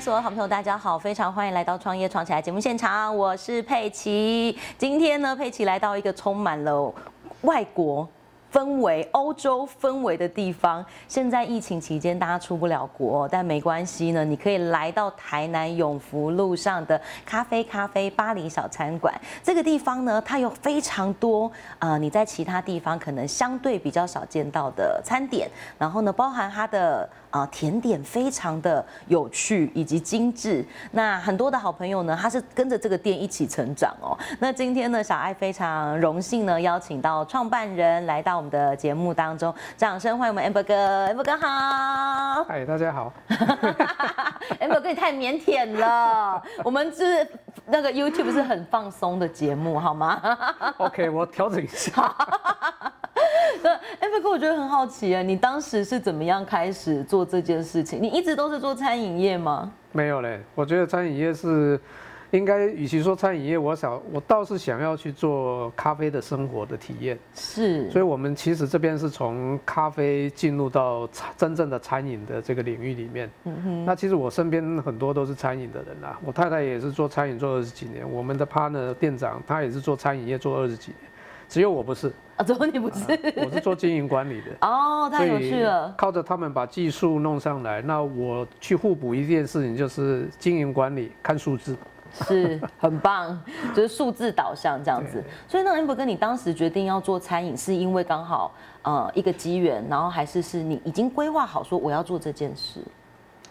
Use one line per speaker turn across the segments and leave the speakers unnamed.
所有好朋友，大家好，非常欢迎来到《创业闯起来》节目现场，我是佩奇。今天呢，佩奇来到一个充满了外国。氛围、欧洲氛围的地方。现在疫情期间，大家出不了国，但没关系呢，你可以来到台南永福路上的咖啡咖啡巴黎小餐馆。这个地方呢，它有非常多呃你在其他地方可能相对比较少见到的餐点，然后呢，包含它的呃甜点非常的有趣以及精致。那很多的好朋友呢，他是跟着这个店一起成长哦。那今天呢，小爱非常荣幸呢，邀请到创办人来到我们的节目当中，掌声欢迎我们 amber 哥，amber 哥好
嗨，大家好。
，amber 哥你太腼腆了，我们是那个 YouTube 是很放松的节目，好吗？
OK，我调整一下。
对，哎，不过我觉得很好奇啊，你当时是怎么样开始做这件事情？你一直都是做餐饮业吗？
没有嘞，我觉得餐饮业是，应该与其说餐饮业，我想我倒是想要去做咖啡的生活的体验。
嗯是，
所以我们其实这边是从咖啡进入到餐真正的餐饮的这个领域里面。那其实我身边很多都是餐饮的人啦、我太太也是做餐饮做二十几年，我们的 partner 店长他也是做餐饮业做二十几年，只有我不是，
啊，怎么你不是？
我是做经营管理的。
哦，太有趣了，
靠着他们把技术弄上来，那我去互补一件事情，就是经营管理看数字。
是很棒，就是数字导向这样子。所以那 amber 哥，你当时决定要做餐饮，是因为刚好呃一个机缘，然后还是是你已经规划好说我要做这件事？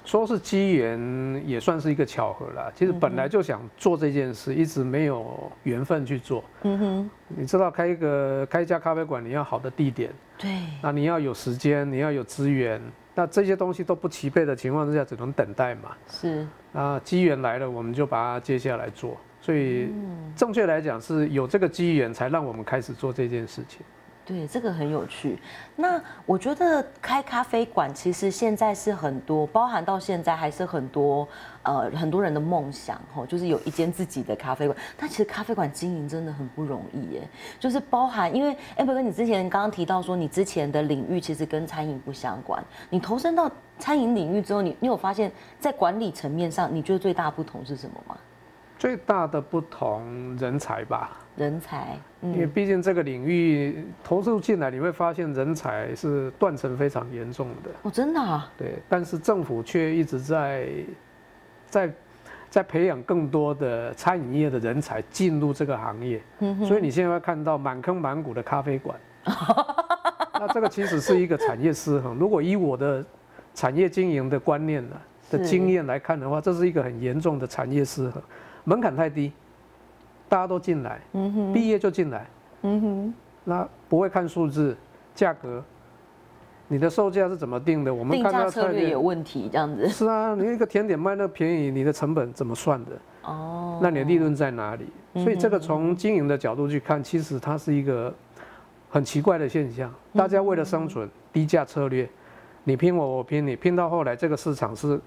说是机缘，也算是一个巧合啦。其实本来就想做这件事，一直没有缘分去做。
嗯哼，
你知道，开一个开一家咖啡馆，你要好的地点，
对，
那你要有时间，你要有资源，那这些东西都不齐备的情况之下，只能等待嘛。
是
那机缘来了，我们就把它接下来做。所以，
嗯
正确来讲是有这个机缘，才让我们开始做这件事情。
对，这个很有趣。那我觉得开咖啡馆其实现在是很多，包含到现在还是很多，呃，很多人的梦想吼，就是有一间自己的咖啡馆。但其实咖啡馆经营真的很不容易耶，就是包含因为 amber 哥，你之前刚刚提到说你之前的领域其实跟餐饮不相关，你投身到餐饮领域之后，你你有发现在管理层面上，你觉得最大不同是什么吗？
最大的不同人才吧，
人才，嗯
因为毕竟这个领域投入进来，你会发现人才是断层非常严重的，
哦，真的、啊，
对。但是政府却一直在在在培养更多的餐饮业的人才进入这个行业，
嗯
所以你现在会看到满坑满谷的咖啡 馆。那这个其实是一个产业失衡。如果以我的产业经营的观念呢、的
是
经验来看的话，这是一个很严重的产业失衡，门槛太低，大家都进来，毕业就进来，
嗯哼，
那不会看数字、价格，你的售价是怎么定的？我们
定
看
价
到
策
菜
略
店
有问题，这样子，
是啊，你一个甜点卖那便宜，你的成本怎么算的？
哦，嗯
那你的利润在哪里？所以这个从经营的角度去看，其实它是一个很奇怪的现
嗯
象。大家为了生存，低价策略，你拼我，我拼你，拼到后来这个市场是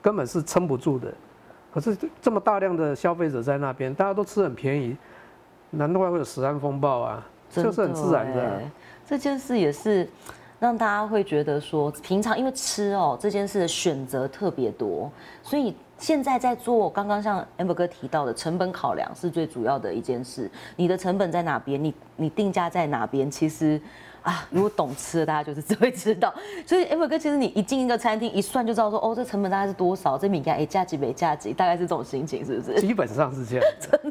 根本是撑不住的。可是这么大量的消费者在那边，大家都吃很便宜，难怪会有食安风暴啊，
真
这
的
是很自然的啊。
欸。 这件事也是让大家会觉得说，平常因为吃哦这件事的选择特别多，所以现在在做刚刚像 amber 哥提到的成本考量是最主要的一件事。你的成本在哪边？你你定价在哪边？其实。啊，如果懂吃的，大家就是只会知道。所以 amber 哥，其实你一进一个餐厅，一算就知道说，哦，这成本大概是多少，这米干哎价值没价值，大概是这种心情，是不是？
基本上是这样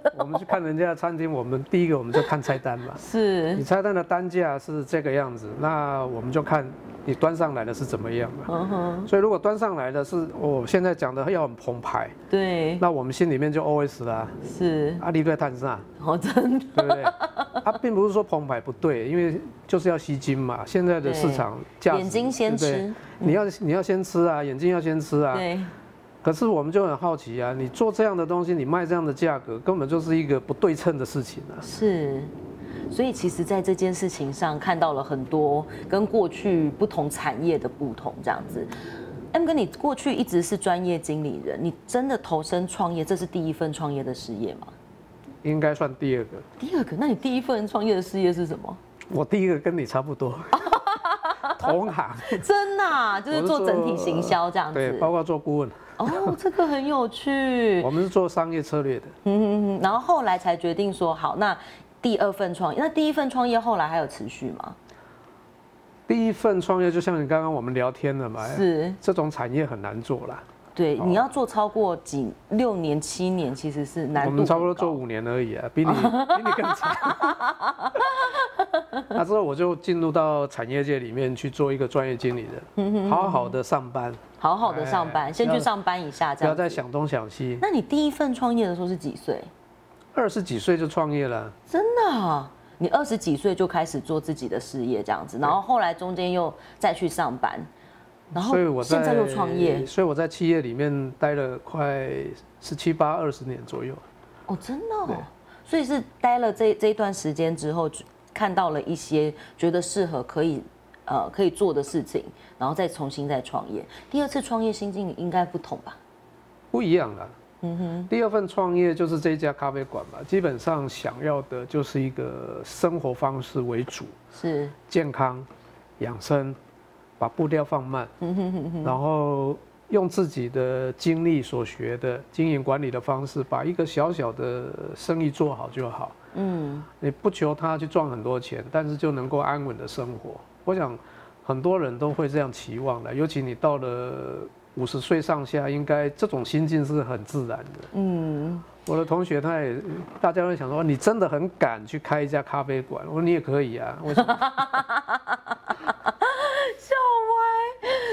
的。我们去看人家的餐厅，我们第一个我们就看菜单嘛。
是，
你菜单的单价是这个样子，那我们就看你端上来的是怎么样嘛。
嗯哼，
所以如果端上来的是我、哦现在讲的要很澎湃，
对，
那我们心里面就 OS 啦、
是，
啊，你对碳上，
哦，真的，
对 不对？啊，并不是说澎湃不对，因为就是要吸睛嘛。现在的市场价值
眼睛先
对不对
吃
你要你要先吃啊，眼睛要先吃啊。
对。
可是我们就很好奇啊，你做这样的东西，你卖这样的价格，根本就是一个不对称的事情啊。
是，所以其实，在这件事情上看到了很多跟过去不同产业的不同，这样子。M 哥，你过去一直是专业经理人，你真的投身创业，这是第一份创业的事业吗？
应该算第二个。
第二个，那你第一份创业的事业是什么？
我第一个跟你差不多，同行，
真的啊、就是
我是
做整
做
体行销这样
对，包
子。
括做顾问，
哦，这个很有趣。
我们是做商业策略的。
嗯，然后后来才决定说，好，那第二份创业，那第一份创业后来还有持续吗？
第一份创业，就像你刚刚我们聊天了嘛，
是，
这种产业很难做啦。
对，你要做超过几六年、七年，其实是难
我
度。
们差不多做。五年而已啊， 比你比你更长。那之后我就进入到产业界里面去做一个专业经理
嗯
人，好好的上班，
好好的上班，
哎
先
不
去
要
上班一下，
不
这
要
样子。
再想东想西。
那你第一份创业的时候是几岁？
二十几岁就创业了，
真的啊、你二十几岁就开始做自己的事业这样子，然后后来中间又再去上班，然后
所以我
现在又创业，
所以我在企业里面待了快十七八二十年左右。
哦，真的、
对
哦，所以是待了这这一段时间之后，就看到了一些觉得适合可以呃可以做的事情，然后再重新再创业。第二次创业心境应该不同吧？
不一样了。嗯哼，第二份创业就是这家咖啡馆嘛，基本上想要的就是一个生活方式为主，
是，
健康、养生，把步调放慢，然后用自己的经历所学的经营管理的方式，把一个小小的生意做好就好。
嗯，
你不求他去赚很多钱，但是就能够安稳的生活。我想很多人都会这样期望的，尤其你到了五十岁上下，应该这种心境是很自然的。嗯，我的同学他也，大家会想说，你真的很敢去开一家咖啡馆。我说你也可以啊，为什么？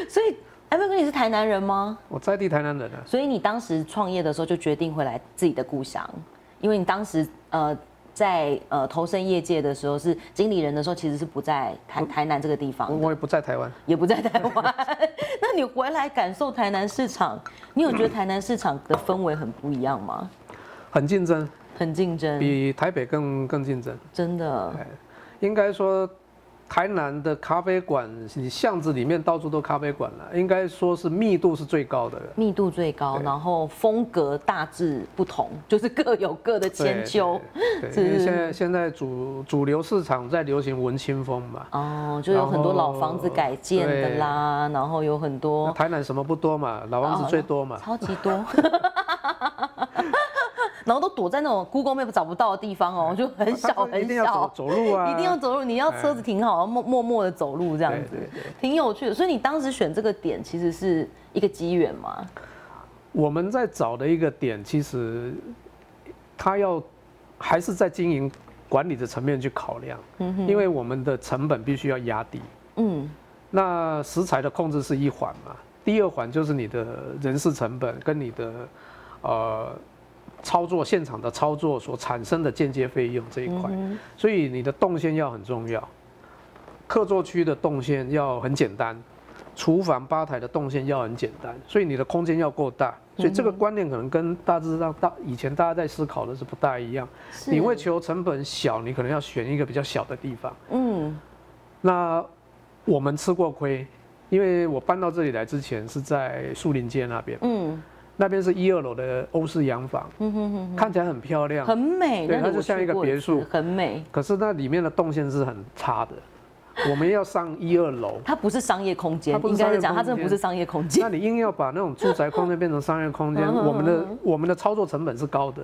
所以艾文哥你是台南人吗？
我在地台南人啊，
所以你当时创业的时候就决定回来自己的故乡，因为你当时呃。在呃投身业界的时候，是经理人的时候，其实是不在台台南这个地方的
我我也不在台湾。
也不在台湾。 那你回来感受台南市场，你有觉得台南市场的氛围很不一样吗？
很竞争，
很竞争，
比台北更更竞争。哎
真的
应该说，台南的咖啡馆，你巷子里面到处都咖啡馆了，应该说是密度是最高的了。
密度最高，
对
然后风格大致不同，就是各有各的千秋。
对，
是
因为现在现在主主流市场在流行文青风嘛，
哦，就有很多老房子改建的啦，然后有很
那
多
台南什么不多嘛，老房
哦
子最多嘛，
超级多， 然后都躲在那种 Google Map 找不到的地方哦，就很小
啊它是一
很
定要
小
走，走路啊，哎
一定要走路，你要车子停好，默默默的走路这样子
对对对，
挺有趣的。所以你当时选这个点其实是一个机缘嘛，
我们在找的一个点，其实它要还是在经营管理的层面去考量，因为我们的成本必须要压低。
嗯，
那食材的控制是一环嘛，第二环就是你的人事成本跟你的呃操作现场的操作所产生的间接费用这一块，所以你的动线要很重要，客座区的动线要很简单，厨房吧台的动线要很简单，所以你的空间要够大，所以这个观念可能跟大致上大以前大家在思考的是不大一样，
是
你为求成本小，你可能要选一个比较小的地方。
嗯
那我们吃过亏，因为我搬到这里来之前是在树林街那边，
嗯
那边是一二楼的欧式洋房，
嗯哼哼
看起来很漂亮，
很美，
对
那里
它就
我
像
去
一个
过
别
次
墅
很美。
可是那里面的动线是很差的。我们要上一 二楼，
它不是商业空间
它，不是
应该是讲
商业空间
它真的不是商业空间
那。你硬要把那种住宅空间变成商业空
嗯
间，我们的我们的操作成本是高的。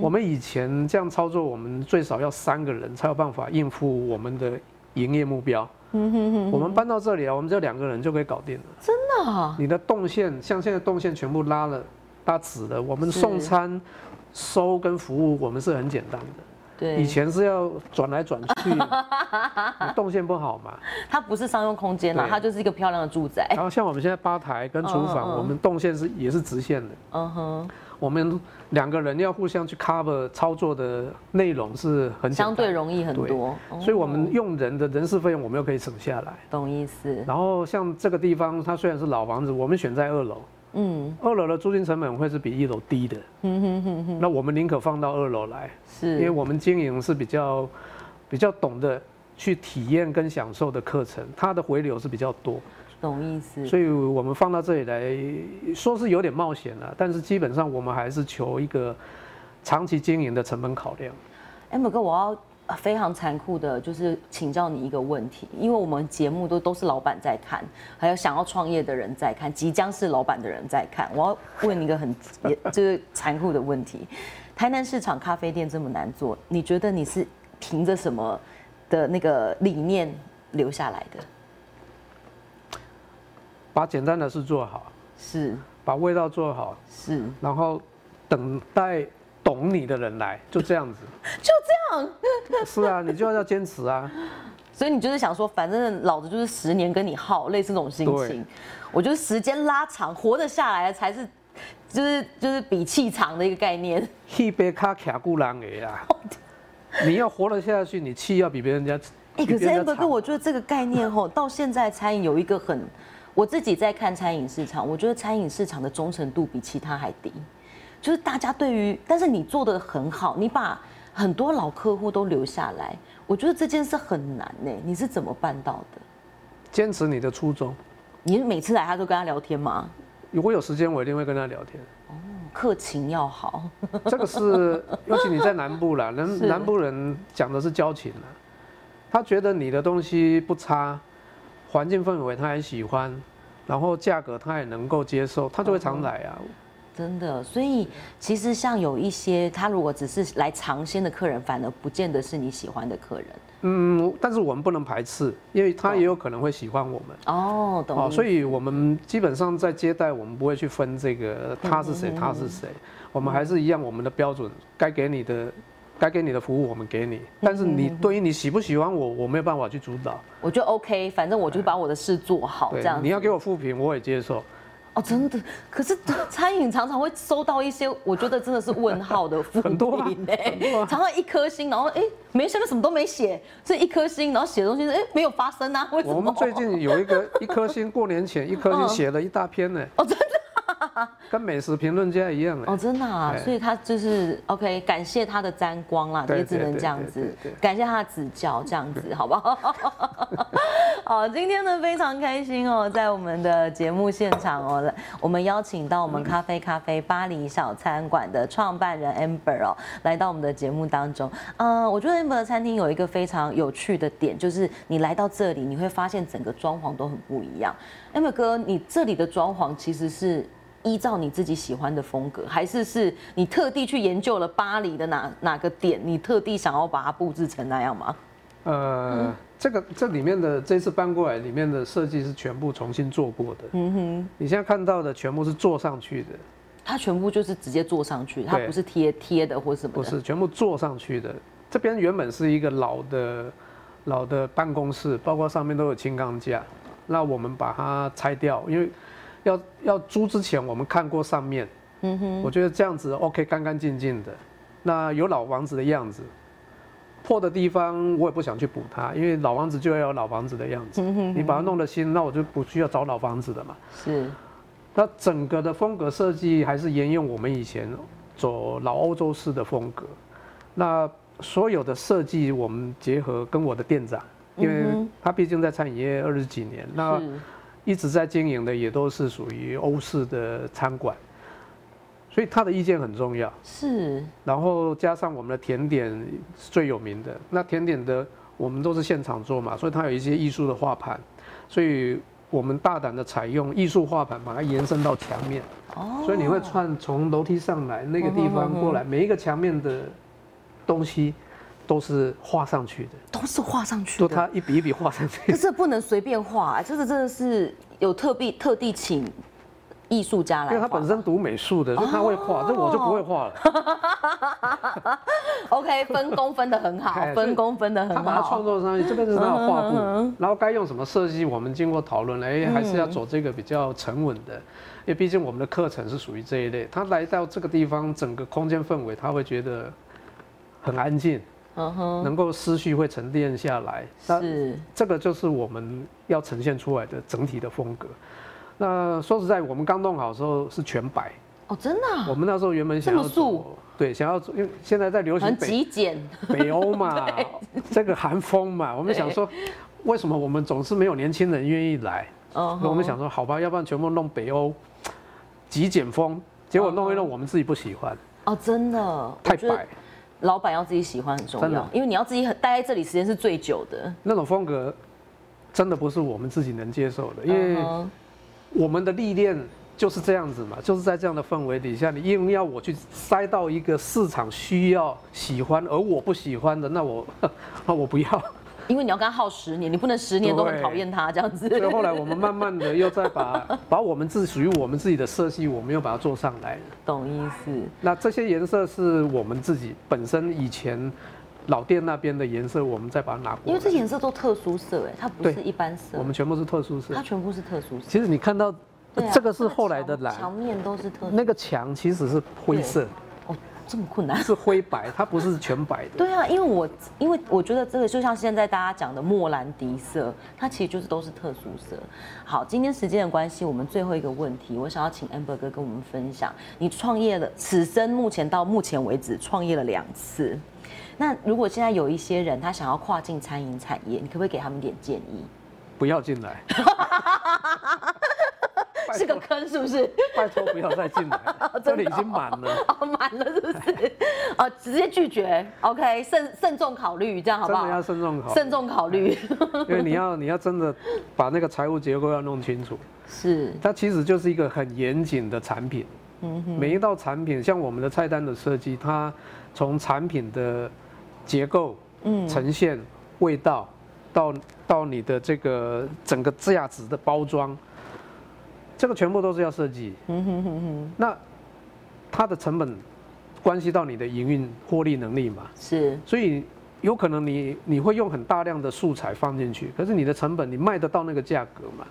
我们以前这样操作，我们最少要三个人才有办法应付我们的营业目标。
嗯
我们搬到这里啊，我们就两个人就可以搞定了。
真的啊
你的动线像现在动线全部拉了拉直了，我们
是
送餐、收跟服务我们是很简单的。以
对，
前是要转来转去，你动线不好嘛。
它不是商用空间啦，
对
它就是一个漂亮的住宅。
然后像我们现在吧台跟厨
嗯嗯
房，
嗯
我们动线是也是直线的。
嗯哼，
我们两个人要互相去 cover 操作的内容是很简单
相对容易很多，哦
所以我们用人的人事费用我们又可以省下来。
懂意思。
然后像这个地方，它虽然是老房子，我们选在二楼，
嗯，
二楼的租金成本会是比一楼低的。那我们宁可放到二楼来，因为
是
我们经营是比较比较懂得去体验跟享受的课程，它的回流是比较多，
懂意思。
所以我们放到这里来说是有点冒险了、但是基本上我们还是求一个长期经营的成本考量。
哎，某哥，我要呃非常残酷的，就是请教你一个问题，因为我们节目都都是老板在看，还有想要创业的人在看，即将是老板的人在看。我要问一个很也就是残酷的问题：台南市场咖啡店这么难做，你觉得你是凭着什么的那个理念留下来的？
把简单的事做好，
是
把味道做好，
是，
然后等待懂你的人来，就这样子。
就这样。
是啊，你就要坚持啊。
所以你就是想说，反正老子就是十年跟你耗，类似这种心情
对。
我觉得时间拉长，活得下来才是，就是就是比气长的一个概念。
一杯卡卡固狼给啊，你要活得下去，你气要比别人家。
哎、
比
可是
别人
amber
家
哥，
长。
我觉得这个概念吼，到现在餐饮有一个很，我自己在看餐饮市场，我觉得餐饮市场的忠诚度比其他还低，就是大家对于，但是你做的很好，你把很多老客户都留下来，我觉得这件事很难呢、你是怎么办到的？
坚持你的初衷。
你每次来他都跟他聊天吗？
如果有时间，我一定会跟他聊天。
客情要好，
这个是，尤其你在南 部啦，南南部人讲的是交情啦，他觉得你的东西不差，环境氛围他也喜欢，然后价格他也能够接受，他就会
嗯
常来啊。
真的。所以其实像有一些他如果只是来尝鲜的客人，反而不见得是你喜欢的客人。
嗯，但是我们不能排斥，因为他
懂
也有可能会喜欢我们。
哦，懂
哦，
你。
所以我们基本上在接待，我们不会去分这个他是谁，他是
嗯
谁，我们还是一样我们的标准，该给你的，该给你的服务我们给
嗯
你，但是你对于你喜不喜欢我，我没有办法去主导。
我就 OK，反正我就是把我的事做好哦这
对
样，子。
你要给我负评，我也接受。
哦，真的。可 是餐饮常常会收到一些，我觉得真的是问号的负
很多啊
评哎，常常一颗星，然后哎，没想到什么都没写，这一颗星，然后写的东西是哎没有发生啊，为 什么？
我们最近有一个一颗星，过年前一颗星写了一大篇呢。
哦
真的、跟美食评论家一样哎。
哦，真的啊，
哎
所以他就是 OK，感谢他的沾光啦，
对
也只能
对
这样
对
子
对对，
感谢他的指教，这样 子好不好？ 好，今天呢非常开心哦，在我们的节目现场哦，来我们邀请到我们咖啡咖啡巴黎小餐馆的创办人 Amber 哦，来到我们的节目当中。嗯，我觉得 Amber 的餐厅有一个非常有趣的点，就是你来到这里，你会发现整个装潢都很不一样。Amber 哥，你这里的装潢其实是依照你自己喜欢的风格，还是是你特地去研究了巴黎的哪哪个点，你特地想要把它布置成那样吗？
呃，这个这里面的这次搬过来里面的设计是全部重新做过的。嗯哼，你现在看到的全部是做上去的，
它全部就是直接做上去，它
对
不是贴贴的或什么
不
的。
是全部做上去的。这边原本是一个老的老的办公室，包括上面都有轻钢架，那我们把它拆掉，因为要要租之前我们看过上面，嗯哼，我觉得这样子 OK 干干净净的，那有老房子的样子。破的地方我也不想去补它，因为老房子就要有老房子的样
嗯
子。你把它弄得新，那我就不需要找老房子的嘛。
是
那整个的风格设计还是沿用我们以前走老欧洲式的风格。那所有的设计，我们结合跟我的店长，因为他毕竟在餐饮业二十几年，那
是
一直在经营的也都是属于欧式的餐馆，所以他的意见很重要。
是，
然后加上我们的甜点是最有名的，那甜点的我们都是现场做嘛，所以它有一些艺术的画盘，所以我们大胆的采用艺术画盘，把它延伸到墙面，
哦
所以你会串从楼梯上来那个地方过来，每一个墙面的东西都是画上去的，
都是画上去
就
的。
它一笔一笔画上去。
可是不能随便画、哎这个真的是有特地特地请艺术家来
因
啊画。
为他本身读美术的，所以他会画，这我就不会画了。
OK 分工分得很好
哎，
分工分得很好。
他
嗯
把它创作上去，这边是他的画布，然后该用什么设计，我们经过讨论了，哎，还
嗯
是要走这个比较沉稳的，因为毕竟我们的课程是属于这一类。他来到这个地方，整个空间氛围他会觉得很安静，
嗯哼，
能够思绪会沉淀下来。那
是
这个就是我们要呈现出来的整体的风格。那说实在，我们刚弄好的时候是全白，
哦，真的啊、
我们那时候原本想
这
要
么素
走，对，想要走，因为现在在流行
很
北
极简。
北欧嘛，这个韩风嘛，我们想说，为什么我们总是没有年轻人愿意来？
嗯
我们想说，好吧，要不然全部弄北欧极简风，结果弄一弄我们自己不喜欢，
嗯哦，真的，我
太
觉得
白。
老板要自己喜欢很重
真
要
的，
因为你要自己很待在这里时间是最久的。
那种风格真的不是我们自己能接受的，因
嗯
为
哼
我们的历练就是这样子嘛，就是在这样的氛围底下，你硬要我去塞到一个市场需要喜欢而我不喜欢的，那我 那我不要。
因为你要跟他耗十年，你不能十年都很
对
讨厌他这样子。
所以后来我们慢慢的又再把把我们自属于我们自己的色系，我们又把它做上来。
懂意思？
那这些颜色是我们自己本身以前老店那边的颜色，我们再把它拿过来。
因为这颜色都特殊色哎，它不是
对
一般色
我，们全部是特殊色
它。全部是特殊色。
其实你看到、
对啊
这个是后来的
它墙
蓝，
墙面都是特殊。
那个墙其实是灰色，
哦，这么困难。
是灰白，它不是全白的。
对啊，因为我因为我觉得这个就像现在大家讲的莫兰迪色，它其实就是都是特殊色。好，今天时间的关系，我们最后一个问题，我想要请 Amber 哥跟我们分享，你创业了，此生目前到目前为止创业了两次。那如果现在有一些人他想要跨境餐饮产业，你可不可以给他们一点建议？
不要进 来，拜托
是个坑是不是？
拜托不要再进来 了，这里已经满了。
哦，满了是不 是？哦，直接拒绝，OK，慎慎重考虑，这样好不
真
哦
的
好
要？慎重考虑，
慎重考虑，
因为你要你要真的把那个财务结构要弄清楚。
是
它其实就是一个很严谨的产品。每一道产品，像我们的菜单的设计，它从产品的结构、
嗯
呈现、味道，到到你的这个整个价值的包装，这个全部都是要设计。那它的成本关系到你的营运获利能力嘛？
是。
所以有可能你你会用很大量的素材放进去，可是你的成本你卖得到那个价格嘛？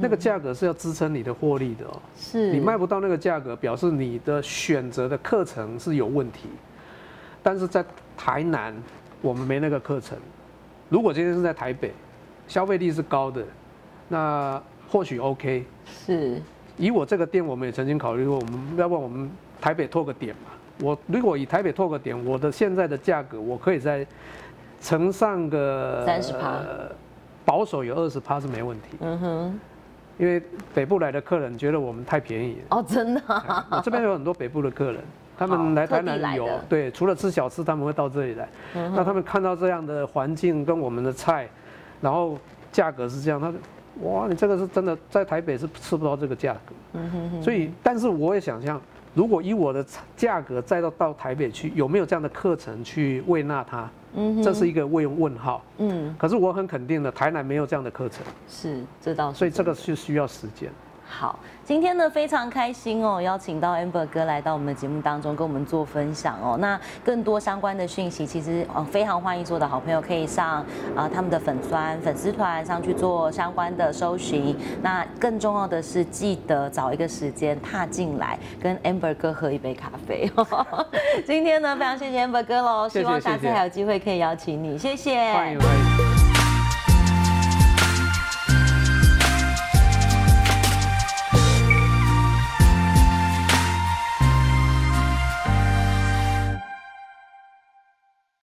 那个价格是要支撑你的获利的哦。
嗯是
你卖不到那个价格，表示你的选择的课程是有问题。但是在台南，我们没那个课程。如果今天是在台北，消费力是高的，那或许 OK。
是
以我这个店，我们也曾经考虑过，我们要不然我们台北拓个点嘛。我如果以台北拓个点，我的现在的价格，我可以再乘上个
30%
呃保守有二十趴是没问题。
嗯哼，
因为北部来的客人觉得我们太便宜
哦，真的啊、
了， 我这边有很多北部的客人，他
好
们来台
哦特地来
南有
的嗯
对，除了吃小吃，他们会到这里来。那他们看到这样的环境跟我们的菜，然后价格是这样，他就哇，你这个是真的在台北是吃不到这个价格。
嗯哼哼，
所以，但是我也想象，如果以我的价格再到到台北去，有没有这样的课程去喂纳它？
嗯哼，
这是一个问问号。
嗯
可是我很肯定的，台南没有这样的课程，
是，这倒是。
所以这个是需要时间。
好，今天呢非常开心哦，邀请到 Amber 哥来到我们的节目当中跟我们做分享哦。那更多相关的讯息，其实呃非常欢迎所有的好朋友可以上啊、呃他们的粉专粉丝团上去做相关的搜寻。那更重要的是，记得找一个时间踏进来跟 Amber 哥喝一杯咖啡。哦 今天呢非常谢谢 Amber 哥喽，
谢
希
谢
望下
谢
次
谢
还有机会可以邀请你，谢谢，
欢迎欢迎。